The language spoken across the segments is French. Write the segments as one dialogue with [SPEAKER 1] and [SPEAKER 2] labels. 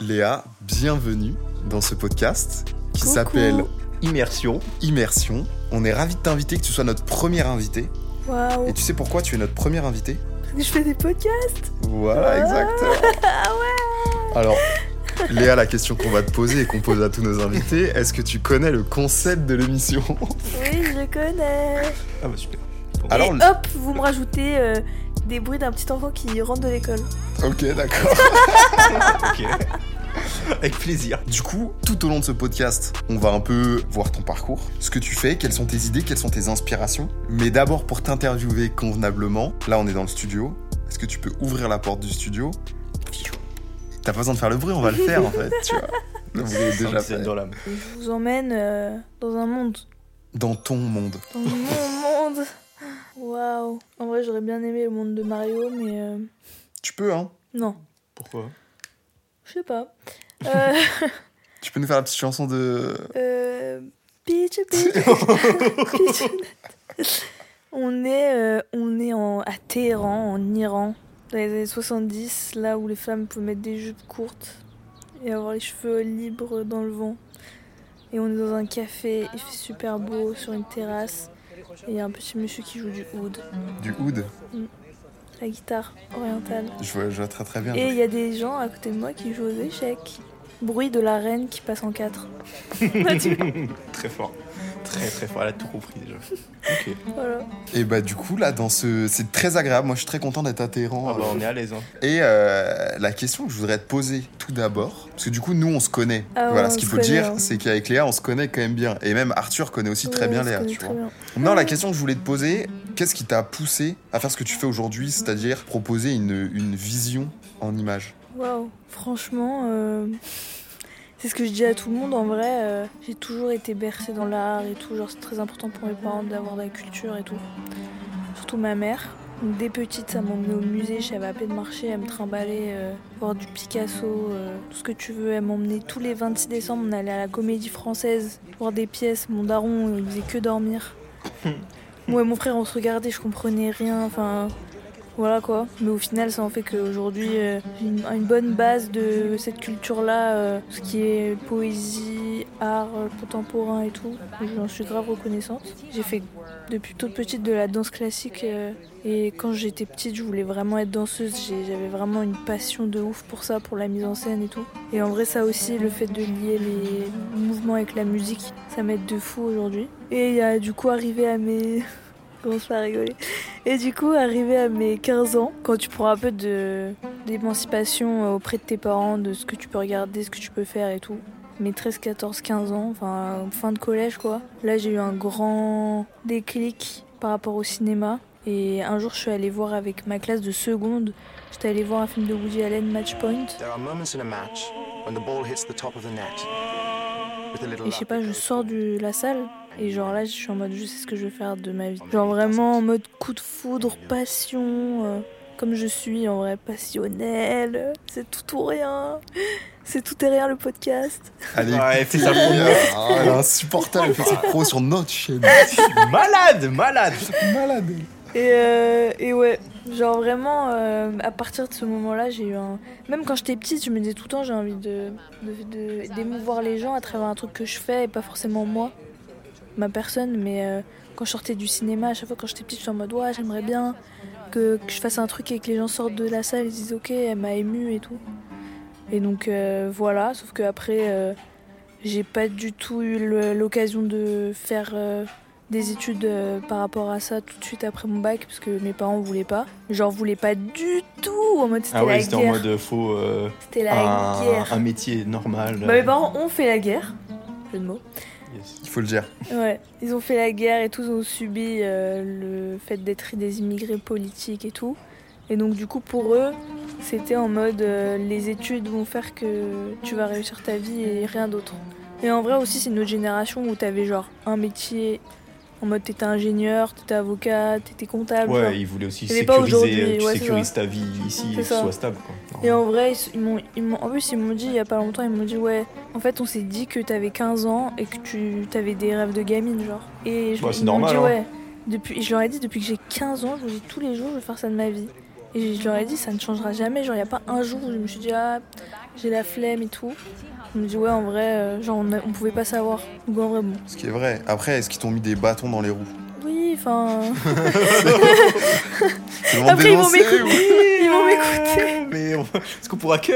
[SPEAKER 1] Léa, bienvenue dans ce podcast qui
[SPEAKER 2] Coucou.
[SPEAKER 1] s'appelle
[SPEAKER 3] Immersion.
[SPEAKER 1] Immersion. On est ravis de t'inviter, que tu sois notre première invitée.
[SPEAKER 2] Waouh
[SPEAKER 1] Et tu sais pourquoi tu es notre première invitée
[SPEAKER 2] Je fais des podcasts
[SPEAKER 1] Voilà,
[SPEAKER 2] Ah,
[SPEAKER 1] exactement.
[SPEAKER 2] Ah ouais
[SPEAKER 1] Alors, Léa, la question qu'on va te poser et qu'on pose à tous nos invités, est-ce que tu connais le concept de l'émission
[SPEAKER 2] Oui, je connais
[SPEAKER 3] Ah bah super.
[SPEAKER 1] Alors,
[SPEAKER 2] Et hop, vous me rajoutez euh, des bruits d'un petit enfant qui rentre de l'école.
[SPEAKER 1] ok, d'accord.
[SPEAKER 3] Ok. Avec plaisir.
[SPEAKER 1] Du coup, tout au long de ce podcast, on va un peu voir ton parcours, ce que tu fais, quelles sont tes idées, quelles sont tes inspirations. Mais d'abord, pour t'interviewer convenablement, là, on est dans le studio. Est-ce que tu peux ouvrir la porte du studio T'as pas besoin de faire le bruit, on va le faire en fait, tu vois. Le bruit est déjà
[SPEAKER 3] C'est
[SPEAKER 1] fait.
[SPEAKER 3] dans l'âme.
[SPEAKER 2] Je vous emmène euh, dans un monde.
[SPEAKER 1] Dans ton monde.
[SPEAKER 2] Dans mon monde Waouh En vrai, j'aurais bien aimé le monde de Mario, mais euh,
[SPEAKER 1] Tu peux, hein
[SPEAKER 2] non,
[SPEAKER 3] Pourquoi
[SPEAKER 2] je sais pas. Euh,
[SPEAKER 1] Tu peux nous faire la petite chanson de.
[SPEAKER 2] euh, Peach, Peach, Peach. On est, euh, on est en, à Téhéran, en Iran, dans les années 70, là où les femmes pouvaient mettre des jupes courtes et avoir les cheveux libres dans le vent. Et on est dans un café, il fait super beau, sur une terrasse. Et il y a un petit monsieur qui joue du oud,
[SPEAKER 1] Du oud
[SPEAKER 2] la guitare orientale.
[SPEAKER 1] Je vois, je vois très très bien.
[SPEAKER 2] Et il y a des gens à côté de moi qui jouent aux échecs. Bruit de la reine qui passe en quatre.
[SPEAKER 3] Très fort. Très très fort. Elle a tout compris déjà.
[SPEAKER 2] Oh,
[SPEAKER 3] Ok.
[SPEAKER 2] Voilà.
[SPEAKER 1] Et bah, du coup, là, dans ce. C'est très agréable. Moi, je suis très content d'être à Téhéran.
[SPEAKER 3] Ah bah on est à l'aise. Hein.
[SPEAKER 1] Et euh, la question que je voudrais te poser tout d'abord, parce que du coup, nous, on se connaît.
[SPEAKER 2] Ah ouais,
[SPEAKER 1] voilà,
[SPEAKER 2] on
[SPEAKER 1] ce qu'il
[SPEAKER 2] se
[SPEAKER 1] faut
[SPEAKER 2] connaît,
[SPEAKER 1] dire,
[SPEAKER 2] hein.
[SPEAKER 1] c'est qu'avec Léa, on se connaît quand même bien. Et même Arthur connaît aussi très
[SPEAKER 2] Ouais,
[SPEAKER 1] bien
[SPEAKER 2] on se
[SPEAKER 1] Léa,
[SPEAKER 2] connaît
[SPEAKER 1] tu
[SPEAKER 2] très
[SPEAKER 1] vois.
[SPEAKER 2] bien.
[SPEAKER 1] Non, la question que je voulais te poser, qu'est-ce qui t'a poussé à faire ce que tu fais aujourd'hui, c'est-à-dire proposer une, une vision en images
[SPEAKER 2] Waouh. Franchement, euh, c'est ce que je dis à tout le monde. En vrai, euh, j'ai toujours été bercée dans l'art et tout. Genre, c'est très important pour mes parents d'avoir de la culture et tout. Surtout ma mère. Dès petite, ça m'emmenait au musée. Je savais à peine marcher. Elle me trimballait euh, voir du Picasso, euh, tout ce que tu veux. Elle m'emmenait tous les 26 décembre. On allait à la Comédie Française voir des pièces. Mon daron, il faisait que dormir. Moi et mon frère, on se regardait. Je comprenais rien. Enfin, voilà quoi. Mais au final, ça en fait qu'aujourd'hui, euh, j'ai une, une bonne base de cette culture-là, euh, ce qui est poésie, art euh, contemporain et tout. J'en suis grave reconnaissante. J'ai fait depuis toute petite de la danse classique euh, et quand j'étais petite, je voulais vraiment être danseuse. J'ai- J'avais vraiment une passion de ouf pour ça, pour la mise en scène et tout. Et en vrai, ça aussi, le fait de lier les mouvements avec la musique, ça m'aide de fou aujourd'hui. Et il y a du coup arrivé à mes. Commence pas à rigoler. Et du coup, arrivé à mes 15 ans, quand tu prends un peu de d'émancipation euh, auprès de tes parents, de ce que tu peux regarder, ce que tu peux faire et tout. Mes 13, 14, 15 ans, enfin fin de collège quoi. Là, j'ai eu un grand déclic par rapport au cinéma. Et un jour, je suis allée voir avec ma classe de seconde, j'étais allée voir un film de Woody Allen, Match Point.
[SPEAKER 4] There are moments in a match when the ball hits the top of the net. With a little
[SPEAKER 2] Et je sais pas, je sors de la salle et genre là, je suis en mode je sais ce que je veux faire de ma vie.
[SPEAKER 4] Oh, mais
[SPEAKER 2] Genre
[SPEAKER 4] putain,
[SPEAKER 2] vraiment
[SPEAKER 4] c'est-
[SPEAKER 2] en mode coup de foudre, passion, euh, comme je suis en vrai, passionnelle. C'est tout ou rien. C'est tout et rien le podcast.
[SPEAKER 1] Allez,
[SPEAKER 3] Ouais,
[SPEAKER 1] écoutez,
[SPEAKER 3] fais ça pour
[SPEAKER 1] Léa.
[SPEAKER 3] nous.
[SPEAKER 1] Ah, elle est insupportable, elle fait ses pros sur notre chaîne.
[SPEAKER 3] malade, malade.
[SPEAKER 1] Malade.
[SPEAKER 2] Et, euh, et ouais, genre vraiment, euh, à partir de ce moment-là, j'ai eu un. Même quand j'étais petite, je me disais tout le temps j'ai envie de de- de- d'émouvoir les gens à travers un truc que je fais et pas forcément moi, ma personne, mais. euh, quand je sortais du cinéma, à chaque fois quand j'étais petite, j'étais en mode ouais, j'aimerais bien que, que je fasse un truc et que les gens sortent de la salle et se disent ok, elle m'a ému et tout. Et donc euh, voilà, sauf que après, euh, j'ai pas du tout eu le- l'occasion de faire euh, des études euh, par rapport à ça tout de suite après mon bac parce que mes parents voulaient pas. Genre voulaient pas du tout en mode c'était
[SPEAKER 3] Ah ouais,
[SPEAKER 2] la
[SPEAKER 3] c'était en
[SPEAKER 2] guerre.
[SPEAKER 3] mode faux. euh,
[SPEAKER 2] C'était la
[SPEAKER 3] un,
[SPEAKER 2] guerre.
[SPEAKER 3] un métier normal. Euh,
[SPEAKER 2] Bah, mes parents ont fait la guerre, jeu de mots.
[SPEAKER 3] Yes.
[SPEAKER 1] Il faut le dire.
[SPEAKER 2] Ouais, ils ont fait la guerre et tous ont subi euh, le fait d'être des immigrés politiques et tout. Et donc du coup pour eux, c'était en mode euh, les études vont faire que tu vas réussir ta vie et rien d'autre. Et en vrai aussi c'est notre génération où t'avais genre un métier en mode t'étais ingénieur, t'étais avocat, t'étais comptable. genre.
[SPEAKER 3] Ouais, ils voulaient aussi
[SPEAKER 2] Il est pas aujourd'hui,
[SPEAKER 3] sécuriser, euh, tu
[SPEAKER 2] ouais, c'est
[SPEAKER 3] sécurises ta vie ici et
[SPEAKER 2] C'est
[SPEAKER 3] que ce
[SPEAKER 2] ça.
[SPEAKER 3] soit stable. Quoi. Non.
[SPEAKER 2] Et en vrai, ils s- ils m'ont, ils m'ont- en plus, ils m'ont dit il y a pas longtemps, ils m'ont dit ouais, en fait, on s'est dit que t'avais 15 ans et que tu t'avais des rêves de gamine, genre. Et je,
[SPEAKER 3] Bah, c'est
[SPEAKER 2] ils m'ont
[SPEAKER 3] normal,
[SPEAKER 2] dit
[SPEAKER 3] hein.
[SPEAKER 2] ouais. Depuis, et je leur ai dit depuis que j'ai 15 ans, je vous dis tous les jours, je veux faire ça de ma vie. Et je leur ai dit, ça ne changera jamais. Genre, il n'y a pas un jour où je me suis dit, ah, j'ai la flemme et tout. On me dit, ouais, en vrai, euh, genre, on, a- on pouvait pas savoir. Donc, en vrai, bon.
[SPEAKER 1] Ce qui est vrai. Après, est-ce qu'ils t'ont mis des bâtons dans les roues
[SPEAKER 2] Oui, enfin.
[SPEAKER 1] Ils l'ont
[SPEAKER 2] Après, ils vont
[SPEAKER 1] dénoncé
[SPEAKER 2] m'écouter.
[SPEAKER 1] ou-
[SPEAKER 2] Ils vont m'écouter.
[SPEAKER 3] Ouais, Mais on- est-ce qu'on pourra cut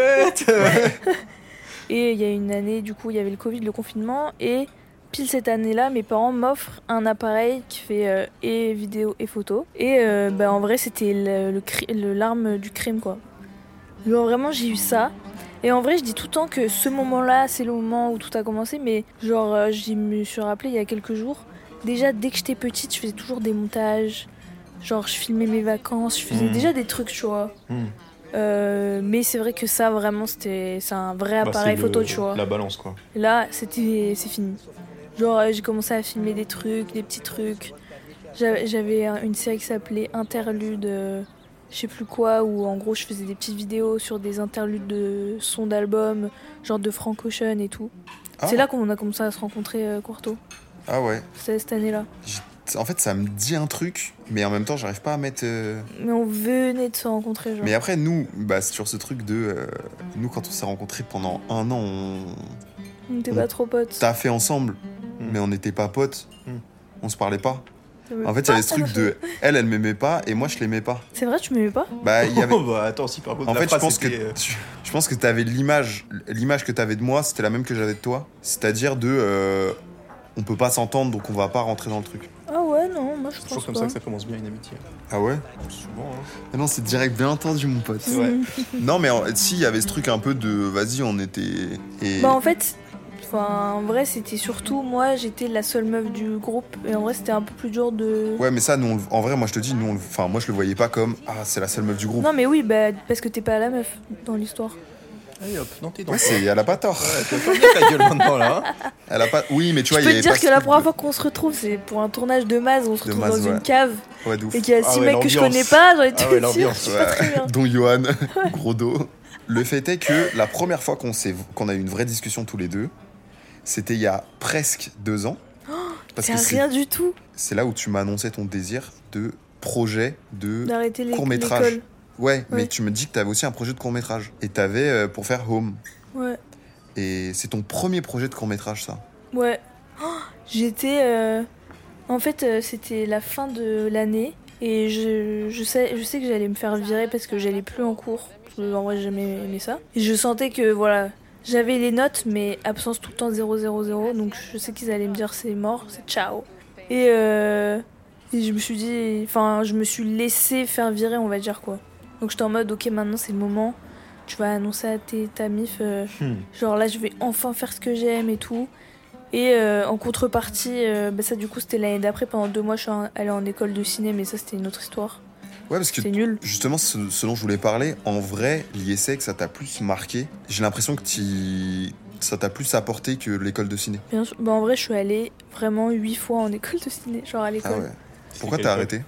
[SPEAKER 2] Et il y a une année, du coup, il y avait le Covid, le confinement, et pile cette année-là, mes parents m'offrent un appareil qui fait euh, et vidéo et photo. Et euh, bah, en vrai, c'était le, le cri- le- l'arme du crime, quoi. Genre, vraiment, j'ai eu ça. Et en vrai, je dis tout le temps que ce moment-là, c'est le moment où tout a commencé, mais genre, euh, je me suis rappelé il y a quelques jours. Déjà, dès que j'étais petite, je faisais toujours des montages. Genre, je filmais mes vacances, je faisais
[SPEAKER 3] Mhm.
[SPEAKER 2] déjà des trucs, tu vois.
[SPEAKER 3] Hmm.
[SPEAKER 2] Euh, mais c'est vrai que ça, vraiment, c'était c'est un vrai
[SPEAKER 3] Bah,
[SPEAKER 2] appareil
[SPEAKER 3] c'est
[SPEAKER 2] photo,
[SPEAKER 3] le-
[SPEAKER 2] tu vois.
[SPEAKER 3] La balance, quoi.
[SPEAKER 2] Là, c'était, c'est fini. Genre, euh, j'ai commencé à filmer des trucs, des petits trucs. J'a- J'avais un- une série qui s'appelait Interlude, euh, je sais plus quoi, où en gros, je faisais des petites vidéos sur des interludes de sons d'albums, genre de Frank Ocean et tout.
[SPEAKER 1] Ah.
[SPEAKER 2] C'est là qu'on a commencé à se rencontrer, euh, Courto.
[SPEAKER 1] Ah ouais.
[SPEAKER 2] C'est cette année-là.
[SPEAKER 1] En fait, ça me dit un truc, mais en même temps, j'arrive pas à mettre. euh,
[SPEAKER 2] Mais on venait de se rencontrer, genre.
[SPEAKER 1] Mais après, nous, bah, c'est sur ce truc de. euh, Nous, quand on s'est rencontrés pendant un an, on
[SPEAKER 2] On n'était
[SPEAKER 1] on-
[SPEAKER 2] pas trop potes.
[SPEAKER 1] t'a fait ensemble,
[SPEAKER 3] Mm.
[SPEAKER 1] mais on n'était pas potes.
[SPEAKER 3] Mm.
[SPEAKER 1] On se parlait pas.
[SPEAKER 2] Ça me-
[SPEAKER 1] En fait, il y
[SPEAKER 3] Ah,
[SPEAKER 1] avait ce truc de. Elle, elle m'aimait pas, et moi, je l'aimais pas.
[SPEAKER 2] C'est vrai, tu m'aimais pas
[SPEAKER 1] Bah, il y avait.
[SPEAKER 3] Oh, bah, attends, si par contre,
[SPEAKER 1] En
[SPEAKER 3] la
[SPEAKER 1] fait, je
[SPEAKER 3] phrase,
[SPEAKER 1] pense que
[SPEAKER 3] c'était, euh,
[SPEAKER 1] tu- je pense que t'avais l'image, l'image que t'avais de moi, c'était la même que j'avais de toi. C'est-à-dire de, euh, on peut pas s'entendre, donc on va pas rentrer dans le truc.
[SPEAKER 2] Ah ouais, non, moi je
[SPEAKER 3] C'est
[SPEAKER 2] pense
[SPEAKER 3] toujours comme
[SPEAKER 2] pas.
[SPEAKER 3] ça que ça commence bien une amitié.
[SPEAKER 1] Ah ouais
[SPEAKER 3] Souvent, hein.
[SPEAKER 1] Ah Non, c'est direct, bien entendu, mon pote.
[SPEAKER 3] Ouais.
[SPEAKER 2] Mhm.
[SPEAKER 1] non, mais en- si, il y avait ce truc un peu de, vas-y, on était. Et
[SPEAKER 2] Bah en fait, enfin en vrai c'était surtout moi j'étais la seule meuf du groupe et en vrai c'était un peu plus dur de.
[SPEAKER 1] ouais, mais ça, nous, on le- en vrai, moi, je te dis, nous, on le- enfin, moi, je le voyais pas comme, ah, c'est la seule meuf du groupe.
[SPEAKER 2] Non mais oui bah parce que t'es pas la meuf dans l'histoire.
[SPEAKER 3] Allez hop, non, t'es dans
[SPEAKER 1] Ouais,
[SPEAKER 3] quoi.
[SPEAKER 1] c'est, elle a pas tort.
[SPEAKER 3] Ouais, tu vas pas bien ta gueule maintenant, là. hein.
[SPEAKER 1] Elle a pas. Oui, mais tu vois,
[SPEAKER 2] Je
[SPEAKER 1] il y avait
[SPEAKER 2] peux te dire
[SPEAKER 1] pas
[SPEAKER 2] que
[SPEAKER 1] ce
[SPEAKER 2] la
[SPEAKER 1] truc
[SPEAKER 2] première
[SPEAKER 1] de-
[SPEAKER 2] fois qu'on se retrouve c'est pour un tournage de Maz, on se
[SPEAKER 1] De
[SPEAKER 2] retrouve
[SPEAKER 1] Maz,
[SPEAKER 2] dans
[SPEAKER 1] ouais.
[SPEAKER 2] une cave
[SPEAKER 1] Ouais, de ouf.
[SPEAKER 2] et qu'il y a six
[SPEAKER 3] ouais,
[SPEAKER 2] mecs que je
[SPEAKER 3] l'ambiance.
[SPEAKER 2] connais pas, j'aurais
[SPEAKER 3] Ah
[SPEAKER 2] tout
[SPEAKER 3] ouais,
[SPEAKER 2] de suite, je sais pas
[SPEAKER 1] l'ambiance,
[SPEAKER 2] très bien.
[SPEAKER 1] Don Johan, gros dos. Le fait est que la première fois qu'on s'est- qu'on a eu une vraie discussion tous les deux, c'était il y a presque deux ans. Parce que
[SPEAKER 2] C'est
[SPEAKER 1] c'est
[SPEAKER 2] Oh, rien du tout
[SPEAKER 1] c'est là où tu m'as annoncé ton désir de projet de.
[SPEAKER 2] d'arrêter les-
[SPEAKER 1] Court-métrage.
[SPEAKER 2] l'école.
[SPEAKER 1] Ouais, mais
[SPEAKER 2] Ouais.
[SPEAKER 1] tu me dis que t'avais aussi un projet de court métrage. Et t'avais euh, pour faire Home.
[SPEAKER 2] Ouais.
[SPEAKER 1] Et c'est ton premier projet de court métrage, ça.
[SPEAKER 2] Ouais. Oh, J'étais. euh, En fait, euh, c'était la fin de l'année. Et je, je, sais, je sais que j'allais me faire virer parce que j'allais plus en cours. Parce que, En vrai, j'ai jamais aimé ça. Et je sentais que, voilà, j'avais les notes, mais absence tout le temps 0, 0, 0. Donc je sais qu'ils allaient me dire c'est mort, c'est ciao. Et, euh, et je me suis dit. Enfin, je me suis laissé faire virer, on va dire quoi. Donc j'étais en mode, ok, maintenant c'est le moment. Tu vas annoncer à tes, ta mif. euh,
[SPEAKER 3] Hmm.
[SPEAKER 2] Genre là, je vais enfin faire ce que j'aime et tout. Et euh, en contrepartie, euh, bah ça du coup c'était l'année d'après. Pendant deux mois, je suis en- allée en école de ciné, mais ça c'était une autre histoire.
[SPEAKER 1] Ouais, parce que
[SPEAKER 2] C'était nul.
[SPEAKER 1] Justement, ce, ce dont je voulais parler, en vrai, l'ISEC, ça t'a plus marqué. J'ai l'impression que t'y- ça t'a plus apporté que l'école de ciné.
[SPEAKER 2] Bien sûr- Bah, en vrai, je suis allée vraiment huit fois en école de ciné, genre à l'école.
[SPEAKER 1] Ah ouais. Pourquoi
[SPEAKER 3] C'est
[SPEAKER 1] t'as
[SPEAKER 3] quel-
[SPEAKER 1] arrêté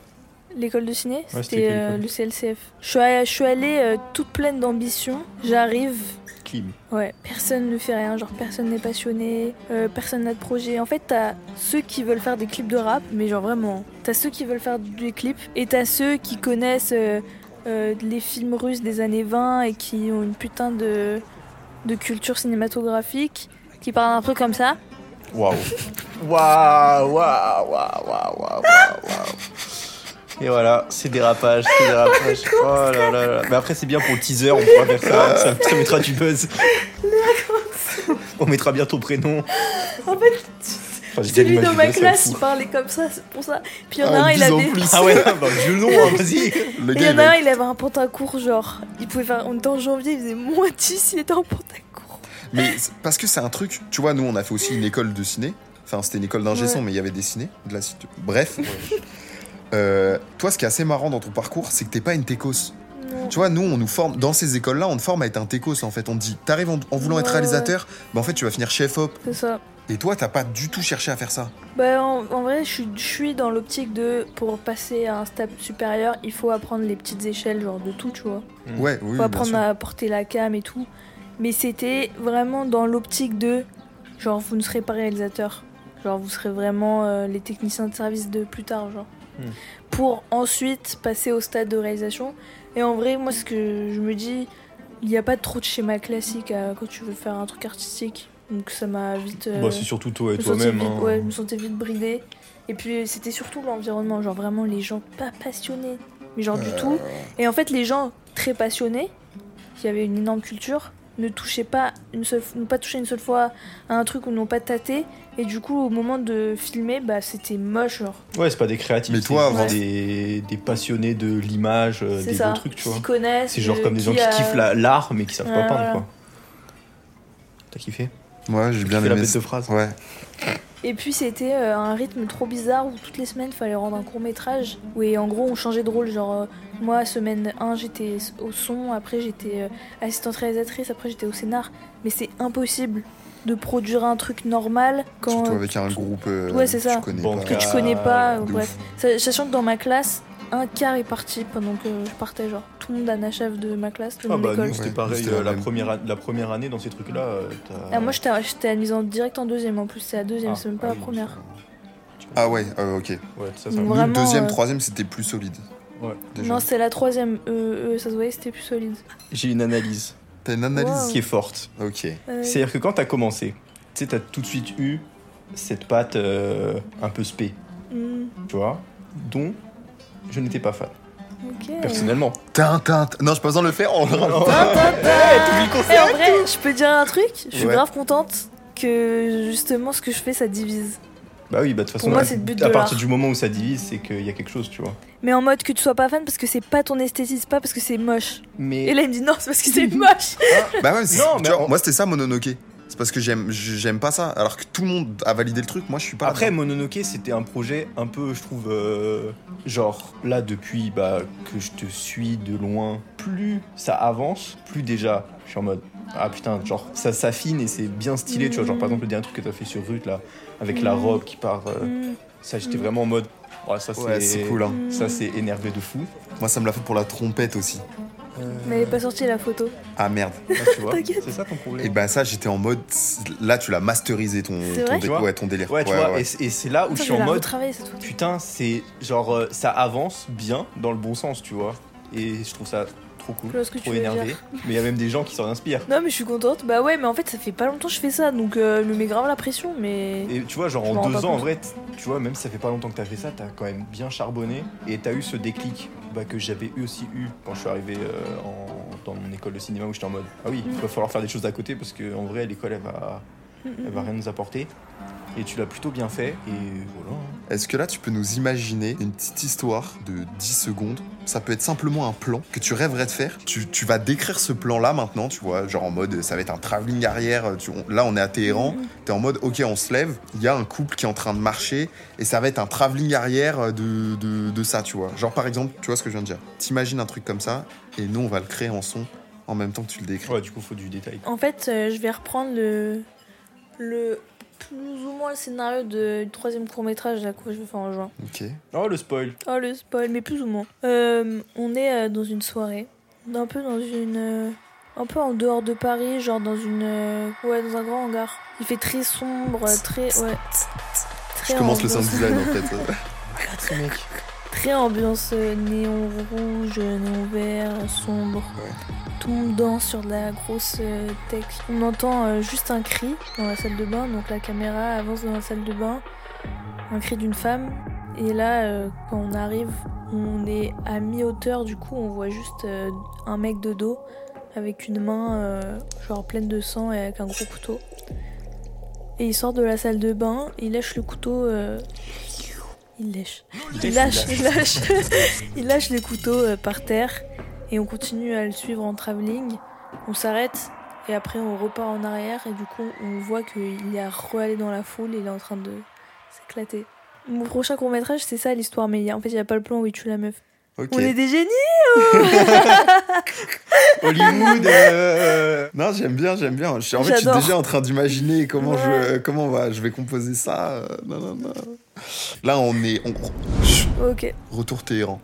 [SPEAKER 2] L'école de ciné,
[SPEAKER 3] Ouais, c'était
[SPEAKER 2] c'était
[SPEAKER 3] quelle
[SPEAKER 2] euh,
[SPEAKER 3] école
[SPEAKER 2] le CLCF. Je suis allée, je suis allée, euh, toute pleine d'ambition. J'arrive,
[SPEAKER 3] Clim.
[SPEAKER 2] ouais, personne ne fait rien, genre personne n'est passionné, euh, personne n'a de projet. En fait, t'as ceux qui veulent faire des clips de rap, mais genre vraiment, t'as ceux qui veulent faire des clips et t'as ceux qui connaissent euh, euh, les films russes des années 20 et qui ont une putain de, de culture cinématographique, qui parlent un truc comme ça.
[SPEAKER 3] Waouh. Waouh, waouh, waouh, waouh, waouh, waouh, waouh. Et voilà, c'est dérapage, c'est dérapage. Oh là là là. Mais après, c'est bien pour le teaser, on pourra faire ça, ça, ça mettra du buzz. On mettra bien ton prénom.
[SPEAKER 2] En fait,
[SPEAKER 3] Enfin, j'ai déjà
[SPEAKER 2] celui
[SPEAKER 3] l'image
[SPEAKER 2] dans
[SPEAKER 3] du
[SPEAKER 2] ma
[SPEAKER 3] buzz, ça me
[SPEAKER 2] classe,
[SPEAKER 3] fout.
[SPEAKER 2] il parlait comme ça, c'est pour ça. Puis il y en
[SPEAKER 1] Ah,
[SPEAKER 2] a un, il
[SPEAKER 1] dix ans
[SPEAKER 2] avait.
[SPEAKER 1] de plus.
[SPEAKER 3] Ah ouais, bah, vieux nom, hein, vas-y.
[SPEAKER 1] Le
[SPEAKER 2] Il y
[SPEAKER 1] gars,
[SPEAKER 2] en
[SPEAKER 1] il a-
[SPEAKER 2] a un, il avait un pantacourt, genre, il pouvait faire. On était en janvier, il faisait moins 10, il était en pantacourt.
[SPEAKER 1] Mais c'est- parce que c'est un truc, tu vois, nous, on a fait aussi une école de ciné. Enfin, c'était une école d'ingé
[SPEAKER 2] Ouais.
[SPEAKER 1] son, mais il y avait des ciné, de la cité. Bref. Euh, toi, ce qui est assez marrant dans ton parcours, c'est que t'es pas une techos.
[SPEAKER 2] Non.
[SPEAKER 1] Tu vois, nous, on nous forme, dans ces écoles-là, on te forme à être un techos, en fait. On te dit, t'arrives en, en voulant être
[SPEAKER 2] Ouais,
[SPEAKER 1] réalisateur, bah en fait, tu vas finir chef-op.
[SPEAKER 2] C'est ça.
[SPEAKER 1] Et toi, t'as pas du tout cherché à faire ça.
[SPEAKER 2] Bah, en, en vrai, je suis- je suis dans l'optique de. Pour passer à un step supérieur, il faut apprendre les petites échelles, genre de tout, tu vois.
[SPEAKER 3] Mm.
[SPEAKER 1] Ouais, oui,
[SPEAKER 2] Faut
[SPEAKER 1] bien
[SPEAKER 2] apprendre
[SPEAKER 1] sûr.
[SPEAKER 2] à porter la cam et tout. Mais c'était vraiment dans l'optique de. Genre, vous ne serez pas réalisateur. Genre, vous serez vraiment euh, les techniciens de service de plus tard, genre.
[SPEAKER 3] Hmm.
[SPEAKER 2] Pour ensuite passer au stade de réalisation. Et en vrai, moi, ce que je me dis, il n'y a pas trop de schéma classique à- quand tu veux faire un truc artistique. Donc ça m'a vite. euh,
[SPEAKER 3] Bah, c'est surtout toi et
[SPEAKER 2] me sentais
[SPEAKER 3] toi-même.
[SPEAKER 2] vite-
[SPEAKER 3] hein.
[SPEAKER 2] Ouais, je me sentais vite bridée. Et puis euh, c'était surtout l'environnement, genre vraiment les gens pas passionnés, mais genre
[SPEAKER 3] Euh.
[SPEAKER 2] du tout. Et en fait, les gens très passionnés, qui avaient une énorme culture, ne touchaient pas une seule, n'ont pas touché une seule fois à un truc ou n'ont pas tâté. Et du coup, au moment de filmer, bah c'était moche, genre.
[SPEAKER 3] Ouais, c'est pas des créatifs.
[SPEAKER 1] Mais
[SPEAKER 3] c'est
[SPEAKER 1] toi,
[SPEAKER 3] juste
[SPEAKER 1] avant-
[SPEAKER 3] des, des passionnés de l'image, euh,
[SPEAKER 2] c'est
[SPEAKER 3] des
[SPEAKER 2] ça.
[SPEAKER 3] autres trucs, tu
[SPEAKER 2] Qui
[SPEAKER 3] vois.
[SPEAKER 2] connaissent.
[SPEAKER 3] C'est genre
[SPEAKER 2] euh,
[SPEAKER 3] comme des gens qui
[SPEAKER 2] a-
[SPEAKER 3] kiffent la- l'art mais qui savent pas
[SPEAKER 2] Ouais,
[SPEAKER 3] peindre,
[SPEAKER 2] voilà.
[SPEAKER 3] quoi. T'as kiffé
[SPEAKER 1] Ouais, j'ai bien
[SPEAKER 3] Kiffé
[SPEAKER 1] aimé.
[SPEAKER 3] la bête
[SPEAKER 1] ça.
[SPEAKER 3] de phrase.
[SPEAKER 1] Ouais.
[SPEAKER 2] Et puis c'était euh, un rythme trop bizarre où toutes les semaines fallait rendre un court métrage. Oui, en gros on changeait de rôle. Genre euh, moi semaine 1 j'étais s- au son, après j'étais euh, assistante réalisatrice, après j'étais au scénar. Mais c'est impossible de produire un truc normal quand
[SPEAKER 1] Surtout avec un groupe euh,
[SPEAKER 2] Ouais, c'est
[SPEAKER 1] que
[SPEAKER 2] ça.
[SPEAKER 1] tu connais
[SPEAKER 3] Bancal.
[SPEAKER 1] pas.
[SPEAKER 2] que tu connais pas.
[SPEAKER 3] Ah,
[SPEAKER 2] euh,
[SPEAKER 1] de
[SPEAKER 2] bref, Sa- sachant que dans ma classe un quart est parti pendant que je partais. Genre tout le monde anachève de ma classe, de
[SPEAKER 3] Ah
[SPEAKER 2] mon
[SPEAKER 3] bah
[SPEAKER 2] école.
[SPEAKER 3] nous c'était
[SPEAKER 1] Ouais,
[SPEAKER 3] pareil,
[SPEAKER 1] c'était la
[SPEAKER 3] euh, la,
[SPEAKER 1] même.
[SPEAKER 3] première, an- la première année dans ces trucs-là. euh, t'as-
[SPEAKER 2] Ah, moi j'étais j'étais admise en direct en deuxième. En plus c'est la deuxième,
[SPEAKER 3] Ah,
[SPEAKER 2] c'est même pas
[SPEAKER 3] ah
[SPEAKER 2] la
[SPEAKER 3] oui,
[SPEAKER 2] première.
[SPEAKER 1] Ah ouais, euh, ok.
[SPEAKER 3] ça- Ouais, ça, ça-
[SPEAKER 2] Ouais.
[SPEAKER 1] Nous,
[SPEAKER 2] Vraiment,
[SPEAKER 1] deuxième,
[SPEAKER 2] euh,
[SPEAKER 1] troisième, c'était plus solide.
[SPEAKER 3] Ouais.
[SPEAKER 1] Déjà.
[SPEAKER 2] Non c'est la troisième. Euh, euh, ça se voyait c'était plus solide.
[SPEAKER 3] J'ai une analyse
[SPEAKER 1] T'as une analyse
[SPEAKER 2] Wow.
[SPEAKER 3] qui est forte.
[SPEAKER 1] Ok.
[SPEAKER 2] Euh,
[SPEAKER 3] C'est-à-dire que quand t'as commencé, tu sais, t'as tout de suite eu cette patte euh, un peu spé,
[SPEAKER 2] hmm,
[SPEAKER 3] tu vois, dont je n'étais pas fan,
[SPEAKER 2] Eh. ok.
[SPEAKER 3] personnellement.
[SPEAKER 1] Tintin. Non, j'ai pas besoin de le faire. on le rajoute.
[SPEAKER 3] Eh,
[SPEAKER 2] Et en vrai, je peux dire un truc, je suis
[SPEAKER 1] Ouais.
[SPEAKER 2] grave contente que justement ce que je fais ça divise.
[SPEAKER 3] Bah oui, bah de toute façon,
[SPEAKER 2] moi,
[SPEAKER 3] à-
[SPEAKER 2] c'est le but
[SPEAKER 3] à
[SPEAKER 2] de
[SPEAKER 3] partir
[SPEAKER 2] l'art.
[SPEAKER 3] du moment où ça divise, c'est qu'il y a quelque chose, tu vois.
[SPEAKER 2] Mais en mode que tu sois pas fan parce que c'est pas ton esthétisme, c'est pas parce que c'est moche.
[SPEAKER 3] Mais
[SPEAKER 2] Et là il me dit non, c'est parce que c'est moche.
[SPEAKER 1] Bah ouais, c'est-
[SPEAKER 3] Non,
[SPEAKER 1] tu
[SPEAKER 3] mais
[SPEAKER 1] vois,
[SPEAKER 3] on-
[SPEAKER 1] moi c'était ça Mononoke. C'est parce que j'aime j'aime pas ça. Alors que tout le monde a validé le truc, moi je suis pas.
[SPEAKER 3] Après,
[SPEAKER 1] là-dedans.
[SPEAKER 3] Mononoke, c'était un projet un peu, je trouve, euh, genre, là, depuis bah, que je te suis de loin, plus ça avance, plus déjà, je suis en mode, ah putain, genre, ça s'affine et c'est bien stylé, tu vois. Genre, par exemple, le dernier truc que t'as fait sur Ruth, là, avec la
[SPEAKER 2] Mm.
[SPEAKER 3] robe qui part, euh,
[SPEAKER 2] Hmm,
[SPEAKER 3] ça,
[SPEAKER 2] Mm.
[SPEAKER 3] j'étais vraiment en mode, ouais, ça,
[SPEAKER 1] Ouais, c'est cool. Hein.
[SPEAKER 2] hmm.
[SPEAKER 3] Ça, c'est énervé de fou.
[SPEAKER 1] Moi ça me l'a fait pour la trompette aussi.
[SPEAKER 2] Mais elle est pas sorti la photo.
[SPEAKER 1] Ah merde.
[SPEAKER 3] Ah, tu vois,
[SPEAKER 2] Euh, T'inquiète.
[SPEAKER 3] c'est ça ton problème.
[SPEAKER 1] Et bah ça j'étais en mode. Là tu l'as masterisé ton,
[SPEAKER 2] C'est
[SPEAKER 1] ton,
[SPEAKER 2] vrai
[SPEAKER 1] dé-
[SPEAKER 3] Tu vois
[SPEAKER 1] ouais, ton délire.
[SPEAKER 3] Ouais, tu vois, et c'est- et c'est là où Ah,
[SPEAKER 2] Putain,
[SPEAKER 3] je suis
[SPEAKER 2] vais
[SPEAKER 3] en
[SPEAKER 2] la
[SPEAKER 3] mode,
[SPEAKER 2] retravailler, cette photo.
[SPEAKER 3] putain, c'est genre euh, ça avance bien dans le bon sens, tu vois. Et je trouve ça trop cool,
[SPEAKER 2] Je vois ce que
[SPEAKER 3] trop
[SPEAKER 2] tu veux
[SPEAKER 3] énervé.
[SPEAKER 2] dire.
[SPEAKER 3] Mais il y a même des gens qui s'en inspirent.
[SPEAKER 2] Non mais je suis contente. Bah ouais, mais en fait ça fait pas longtemps que je fais ça, donc euh, je me mets grave la pression, mais.
[SPEAKER 3] Et tu vois, genre
[SPEAKER 2] Je m'en
[SPEAKER 3] en
[SPEAKER 2] rends
[SPEAKER 3] deux
[SPEAKER 2] pas
[SPEAKER 3] ans, en
[SPEAKER 2] compte.
[SPEAKER 3] vrai, t- tu vois, même si ça fait pas longtemps que t'as fait ça, t'as quand même bien charbonné et t'as eu ce déclic bah, que j'avais eu aussi eu quand je suis arrivé euh, en- dans mon école de cinéma où j'étais en mode ah oui, il va falloir faire des choses à côté parce que en vrai, l'école elle va,
[SPEAKER 2] Hmm,
[SPEAKER 3] elle
[SPEAKER 2] hmm.
[SPEAKER 3] va rien nous apporter. Et tu l'as plutôt bien fait et voilà. hein.
[SPEAKER 1] Est-ce que là tu peux nous imaginer une petite histoire de 10 secondes Ça peut être simplement un plan que tu rêverais de faire. Tu, tu vas décrire ce plan là maintenant, tu vois, genre en mode ça va être un travelling arrière. Tu- on- là on est à Téhéran, t'es en mode ok on se lève, il y a un couple qui est en train de marcher et ça va être un travelling arrière de, de, de ça, tu vois. Genre par exemple, tu vois ce que je viens de dire. T'imagines un truc comme ça et nous on va le créer en son en même temps que tu le décris.
[SPEAKER 3] Ouais, du coup, faut du détail.
[SPEAKER 2] En fait, euh, je vais reprendre le, le plus ou moins le scénario de- du troisième court métrage là que je vais faire en juin.
[SPEAKER 1] Ok.
[SPEAKER 3] Oh le spoil.
[SPEAKER 2] Oh le spoil, mais plus ou moins. Euh, on est euh, dans une soirée, un peu dans une, euh, un peu en dehors de Paris, genre dans une, euh, ouais, dans un grand hangar. Il fait très sombre, très, ouais.
[SPEAKER 1] Je
[SPEAKER 2] Très
[SPEAKER 1] commence le sound
[SPEAKER 2] ambiance-
[SPEAKER 1] design en fait.
[SPEAKER 3] Ce mec.
[SPEAKER 2] Très ambiance euh, néon rouge, néon vert, sombre.
[SPEAKER 1] Ouais.
[SPEAKER 2] Tout le monde danse sur de la grosse euh, tech. On entend euh, juste un cri dans la salle de bain, donc la caméra avance dans la salle de bain. Un cri d'une femme. Et là, euh, quand on arrive, on est à mi-hauteur, du coup, on voit juste euh, un mec de dos avec une main euh, genre pleine de sang et avec un gros couteau. Et il sort de la salle de bain, il lèche le couteau. euh, Il lèche. Il lâche, il lâche, il lâche le couteau euh, par terre et on continue à le suivre en travelling. On s'arrête et après on repart en arrière et du coup on voit qu'il est re-allé dans la foule et il est en train de s'éclater. Mon prochain court métrage c'est ça l'histoire mais il y a- en fait il n'y a pas le plan où il tue la meuf.
[SPEAKER 1] Ok.
[SPEAKER 2] On est des génies
[SPEAKER 3] Hollywood. euh,
[SPEAKER 1] Non, j'aime bien, j'aime bien. Je suis- en fait, je suis
[SPEAKER 2] J'adore.
[SPEAKER 1] déjà en train d'imaginer comment, je,
[SPEAKER 2] Ouais.
[SPEAKER 1] comment on va, je vais composer ça. euh, Non, non, non. Là, on est. On... Chut,
[SPEAKER 2] Ok.
[SPEAKER 1] Retour Téhéran.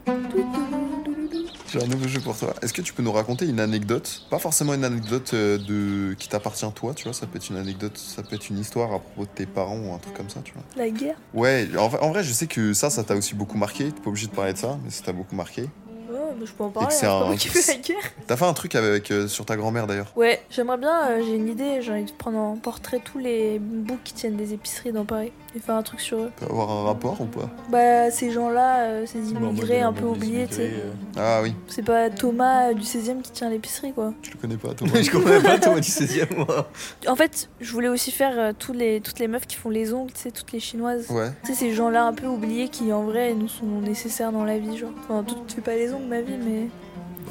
[SPEAKER 1] J'ai un nouveau jeu pour toi. Est-ce que tu peux nous raconter une anecdote Pas forcément une anecdote euh, de... qui t'appartient toi, tu vois. Ça peut être une anecdote, ça peut être une histoire à propos de tes parents ou un truc comme ça, tu vois.
[SPEAKER 2] La guerre
[SPEAKER 1] Ouais, en, vrai- en vrai, je sais que ça, ça t'a aussi beaucoup marqué. T'es pas obligé de parler de ça, mais ça t'a beaucoup marqué.
[SPEAKER 2] Oh, bah, je peux en parler.
[SPEAKER 1] que
[SPEAKER 2] hein,
[SPEAKER 1] c'est
[SPEAKER 2] c'est pas
[SPEAKER 1] un-
[SPEAKER 2] moi qui fais la guerre.
[SPEAKER 1] T'as fait un truc avec, euh, sur ta grand-mère d'ailleurs.
[SPEAKER 2] Ouais, j'aimerais bien, euh, j'ai une idée, j'ai envie de prendre en portrait tous les boucs qui tiennent des épiceries dans Paris et faire un truc sur eux.
[SPEAKER 1] Peut avoir un rapport ou pas
[SPEAKER 2] Bah, ces gens-là, euh, ces
[SPEAKER 3] Bah, moi,
[SPEAKER 2] immigrés
[SPEAKER 3] j'ai
[SPEAKER 2] un peu
[SPEAKER 3] des
[SPEAKER 2] oubliés, tu sais.
[SPEAKER 3] immigrés, euh.
[SPEAKER 1] Ah oui,
[SPEAKER 2] C'est pas Thomas euh, du 16ème qui tient l'épicerie, quoi.
[SPEAKER 1] tu le connais pas, toi.
[SPEAKER 3] Je comprends pas, toi, du 16 e moi.
[SPEAKER 2] En fait, je voulais aussi faire euh, tous les, toutes les meufs qui font les ongles, tu sais, toutes les chinoises.
[SPEAKER 1] ouais.
[SPEAKER 2] Tu sais, ces gens-là un peu oubliés qui, en vrai, nous sont nécessaires dans la vie, genre. Enfin, toi, tu fais pas les ongles, ma vie, mais...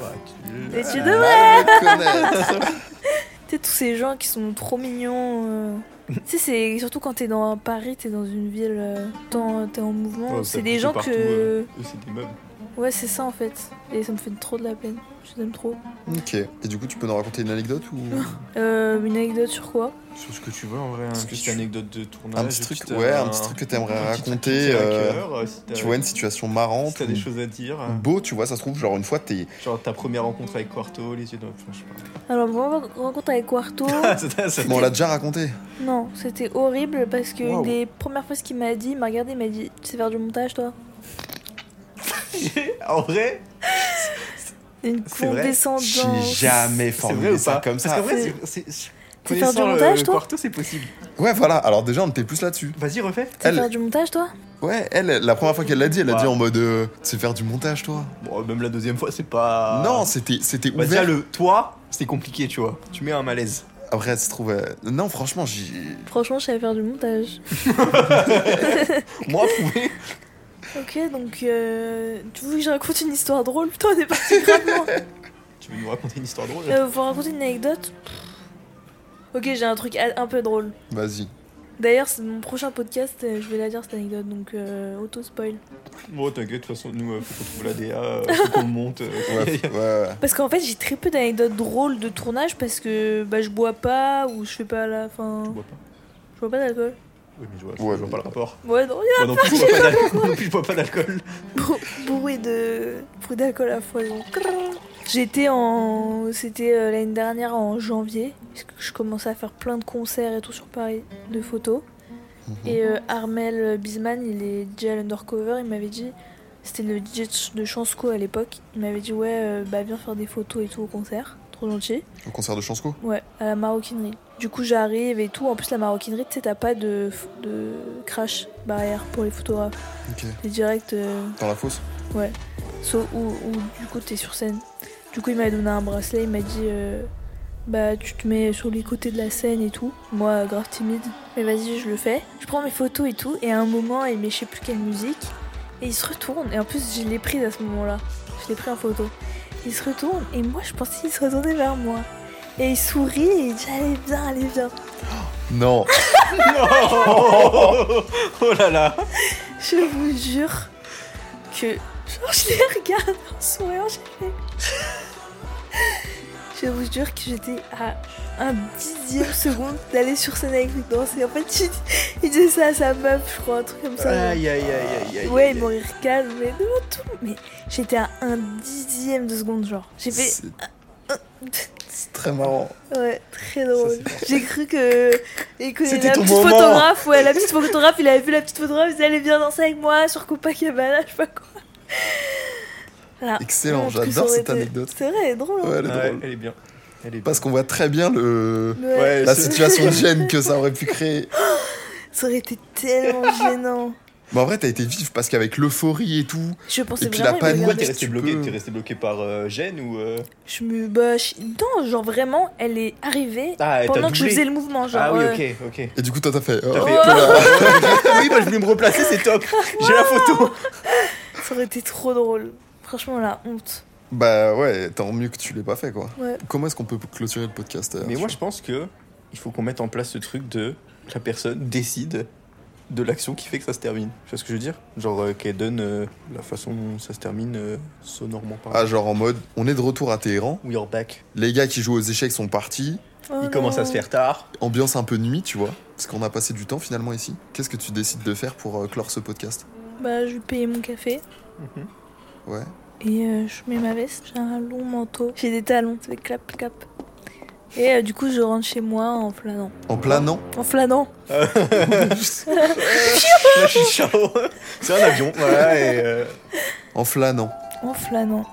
[SPEAKER 3] Bah, tu-
[SPEAKER 2] Et tu
[SPEAKER 3] Ah,
[SPEAKER 2] devrais
[SPEAKER 1] Ah, le connaître.
[SPEAKER 2] Tu sais, tous ces gens qui sont trop mignons. euh. tu sais, c'est surtout quand t'es dans Paris, t'es dans une ville, euh, tant- t'es en mouvement.
[SPEAKER 3] Ouais, ça
[SPEAKER 2] c'est des
[SPEAKER 3] bouge
[SPEAKER 2] gens
[SPEAKER 3] partout,
[SPEAKER 2] que.
[SPEAKER 3] euh. Eux, c'est des meubles.
[SPEAKER 2] Ouais, c'est ça en fait. Et ça me fait trop de la peine. Je t'aime trop.
[SPEAKER 1] ok. Et du coup, tu peux nous raconter une anecdote ou
[SPEAKER 2] Euh, une anecdote sur quoi
[SPEAKER 3] Sur ce que tu veux en vrai, hein.
[SPEAKER 1] Ce que
[SPEAKER 3] petite
[SPEAKER 1] tu-
[SPEAKER 3] anecdote de tournage.
[SPEAKER 1] un petit truc Ouais, un petit truc que t'aimerais raconter. euh, tu vois une situation
[SPEAKER 3] Si
[SPEAKER 1] marrante.
[SPEAKER 3] t'as
[SPEAKER 1] ou Mm.
[SPEAKER 3] des choses à dire, euh,
[SPEAKER 1] Beau, tu vois, ça se trouve, genre une fois, t'es.
[SPEAKER 3] genre ta première rencontre avec Quarto, les yeux dans enfin, je sais pas.
[SPEAKER 2] Alors, vraiment, rencontre avec Quarto.
[SPEAKER 3] Ça- ça- ça-
[SPEAKER 1] Bon, on l'a déjà raconté.
[SPEAKER 2] non, c'était horrible parce que
[SPEAKER 3] Waouh.
[SPEAKER 2] une des premières fois ce qu'il m'a dit, il m'a regardé, il m'a dit Tu sais faire du montage toi
[SPEAKER 3] En vrai,
[SPEAKER 2] Une
[SPEAKER 3] C'est vrai.
[SPEAKER 1] J'ai
[SPEAKER 2] condescendance.
[SPEAKER 1] jamais
[SPEAKER 3] c'est vrai
[SPEAKER 1] formulé
[SPEAKER 3] ou
[SPEAKER 1] ça
[SPEAKER 3] pas
[SPEAKER 1] comme
[SPEAKER 3] Parce
[SPEAKER 1] ça.
[SPEAKER 3] qu'en vrai, c'est- c'est-
[SPEAKER 2] Tu sais faire du
[SPEAKER 3] connaissant le-
[SPEAKER 2] montage
[SPEAKER 3] le
[SPEAKER 2] toi
[SPEAKER 3] Quarto, c'est possible.
[SPEAKER 1] Ouais, voilà. Alors déjà, on était plus là-dessus.
[SPEAKER 3] Vas-y, refais.
[SPEAKER 2] Tu sais
[SPEAKER 1] Elle-
[SPEAKER 2] faire du montage toi
[SPEAKER 1] Ouais, elle, la première fois qu'elle l'a dit, elle l'a
[SPEAKER 3] Ouais.
[SPEAKER 1] dit en mode, euh, c'est faire du montage, toi.
[SPEAKER 3] Bon, même la deuxième fois, c'est pas.
[SPEAKER 1] Non, c'était, c'était
[SPEAKER 3] Ah. Bah, déjà,
[SPEAKER 1] ouvert.
[SPEAKER 3] le toi, c'est compliqué, tu vois. Tu mets un malaise.
[SPEAKER 1] Après, elle se trouve. euh, Non, franchement, j'ai.
[SPEAKER 2] Franchement, je savais faire du montage.
[SPEAKER 3] Moi, prouvé.
[SPEAKER 2] Ok, donc euh, tu veux que je raconte une histoire drôle Putain, on est parti grave loin.
[SPEAKER 3] tu veux nous raconter une histoire drôle
[SPEAKER 2] Euh, vous raconter une anecdote Ok, j'ai un truc a- un peu drôle.
[SPEAKER 1] Vas-y.
[SPEAKER 2] D'ailleurs, c'est mon prochain podcast, euh, je vais la dire cette anecdote, donc euh, auto-spoil.
[SPEAKER 3] Bon, t'inquiète, de toute façon, nous, euh, faut qu'on trouve la DA, euh, faut qu'on monte. euh,
[SPEAKER 1] Ouais, ouais, ouais.
[SPEAKER 2] Parce qu'en fait, j'ai très peu d'anecdotes drôles de tournage parce que bah, je bois pas ou je fais pas la fin.
[SPEAKER 3] Je vois pas.
[SPEAKER 2] Je bois pas d'alcool.
[SPEAKER 3] Oui, mais je vois,
[SPEAKER 1] Ouais,
[SPEAKER 3] je vois pas le rapport.
[SPEAKER 2] Ouais, non, il
[SPEAKER 3] Moi non plus, je bois pas d'alcool. Moi non plus, je bois pas d'alcool.
[SPEAKER 2] y a brou- bruit de. bruit d'alcool à foison. J'étais en. C'était euh, l'année dernière en janvier, parce que je commençais à faire plein de concerts et tout sur Paris, de photos. Et euh, Armel Bisman, il est DJ à l'Undercover, il m'avait dit, c'était le DJ de Ch- de Chansco à l'époque, il m'avait dit ouais, euh, bah viens faire des photos et tout au concert, trop gentil.
[SPEAKER 1] Au concert de Chansco
[SPEAKER 2] Ouais, à la maroquinerie. Du coup j'arrive et tout, en plus la maroquinerie, tu sais, t'as pas de, f- de crash barrière pour les photographes,
[SPEAKER 1] Ok.
[SPEAKER 2] t'es direct, euh,
[SPEAKER 1] Dans la fosse
[SPEAKER 2] sauf- ou, ou du coup t'es sur scène. Du coup il m'a donné un bracelet, il m'a dit euh, bah tu te mets sur les côtés de la scène et tout. Moi grave timide. Mais vas-y je le fais. Je prends mes photos et tout et à un moment il met je sais plus quelle musique et il se retourne et en plus je l'ai prise à ce moment-là. Je l'ai pris en photo. Il se retourne et moi je pensais qu'il se retournait vers moi. Et il sourit et il dit allez bien, allez bien.
[SPEAKER 1] Non.
[SPEAKER 2] Ah,
[SPEAKER 3] Non Oh là là
[SPEAKER 2] Je vous jure que genre, je les regarde en souriant, j'ai fait. Je vous jure que j'étais à un dixième seconde d'aller sur scène avec lui danser. En fait, il, il disait ça à sa meuf, je crois, un truc comme ça.
[SPEAKER 3] Aïe aïe aïe aïe aïe
[SPEAKER 2] ouais, mourir calme, mais devant tout. le- Mais j'étais à un dixième de seconde, genre. J'ai fait.
[SPEAKER 1] C'est c'est très marrant.
[SPEAKER 2] Ouais, très drôle. J'ai cru que. Et que
[SPEAKER 1] C'était
[SPEAKER 2] la
[SPEAKER 1] ton
[SPEAKER 2] petite
[SPEAKER 1] moment.
[SPEAKER 2] photographe, ouais, la petite photographe, il avait vu la petite photographe, il disait allez viens danser avec moi sur Copacabana, je sais pas quoi. Voilà.
[SPEAKER 1] Excellent,
[SPEAKER 2] Non, parce que
[SPEAKER 1] j'adore
[SPEAKER 2] ça aurait
[SPEAKER 1] cette
[SPEAKER 2] été-
[SPEAKER 1] anecdote.
[SPEAKER 2] C'est vrai, elle est drôle. hein.
[SPEAKER 1] Ouais, elle est
[SPEAKER 3] Ouais,
[SPEAKER 1] drôle.
[SPEAKER 3] Elle est bien. Elle est bien.
[SPEAKER 1] Parce qu'on voit très bien le...
[SPEAKER 2] Ouais,
[SPEAKER 3] Ouais,
[SPEAKER 1] la
[SPEAKER 3] c'est-
[SPEAKER 1] situation de gêne que ça aurait pu créer.
[SPEAKER 2] Ça aurait été tellement gênant.
[SPEAKER 1] Mais en vrai, t'as été vif parce qu'avec l'euphorie et tout.
[SPEAKER 2] Je pensais
[SPEAKER 1] Et puis
[SPEAKER 2] vraiment.
[SPEAKER 1] la
[SPEAKER 2] il
[SPEAKER 1] panique.
[SPEAKER 2] me
[SPEAKER 3] Pourquoi
[SPEAKER 2] regardait.
[SPEAKER 3] t'es resté
[SPEAKER 1] tu
[SPEAKER 3] bloqué
[SPEAKER 1] peux.
[SPEAKER 3] T'es resté bloqué par euh, gêne ou. euh,
[SPEAKER 2] Je me bâche. Non, genre vraiment, elle est arrivée
[SPEAKER 3] Ah, elle t'a
[SPEAKER 2] pendant que je
[SPEAKER 3] doublé.
[SPEAKER 2] faisais le mouvement. Genre,
[SPEAKER 3] Ah oui,
[SPEAKER 2] euh,
[SPEAKER 3] ok, ok.
[SPEAKER 1] Et du coup, toi, t'as fait.
[SPEAKER 3] T'as
[SPEAKER 1] oh,
[SPEAKER 3] fait-
[SPEAKER 1] voilà.
[SPEAKER 3] oui, bah je voulais me replacer, c'est top J'ai la photo
[SPEAKER 2] ça aurait été trop drôle. Franchement, la honte.
[SPEAKER 1] Bah ouais, tant mieux que tu l'aies pas fait, quoi.
[SPEAKER 2] Ouais.
[SPEAKER 1] Comment est-ce qu'on peut clôturer le podcast euh,
[SPEAKER 3] Mais
[SPEAKER 1] tu
[SPEAKER 3] moi je pense que il faut qu'on mette en place ce truc de la personne décide de l'action qui fait que ça se termine. Tu vois ce que je veux dire Genre euh, qu'elle donne euh, la façon dont ça se termine euh, sonorement
[SPEAKER 1] vois
[SPEAKER 3] par
[SPEAKER 1] Ah, genre en mode, on est de retour à Téhéran,
[SPEAKER 3] We are back.
[SPEAKER 1] les gars qui jouent aux échecs sont partis,
[SPEAKER 2] Oh
[SPEAKER 3] il commence
[SPEAKER 2] non.
[SPEAKER 3] à se faire tard.
[SPEAKER 1] ambiance un peu nuit, tu vois, parce qu'on a passé du temps finalement ici. Qu'est-ce que tu décides de faire pour euh, clore ce podcast
[SPEAKER 2] Bah, je vais payer mon café.
[SPEAKER 1] Ouais.
[SPEAKER 2] Et euh, je mets ma veste, j'ai un long manteau, j'ai des talons, ça fait clap clap. Et euh, du coup, je rentre chez moi en flânant.
[SPEAKER 1] En planant
[SPEAKER 2] En flânant
[SPEAKER 3] Là, je suis chaud. C'est un avion. Voilà, et, euh,
[SPEAKER 1] En flânant.
[SPEAKER 2] En flânant.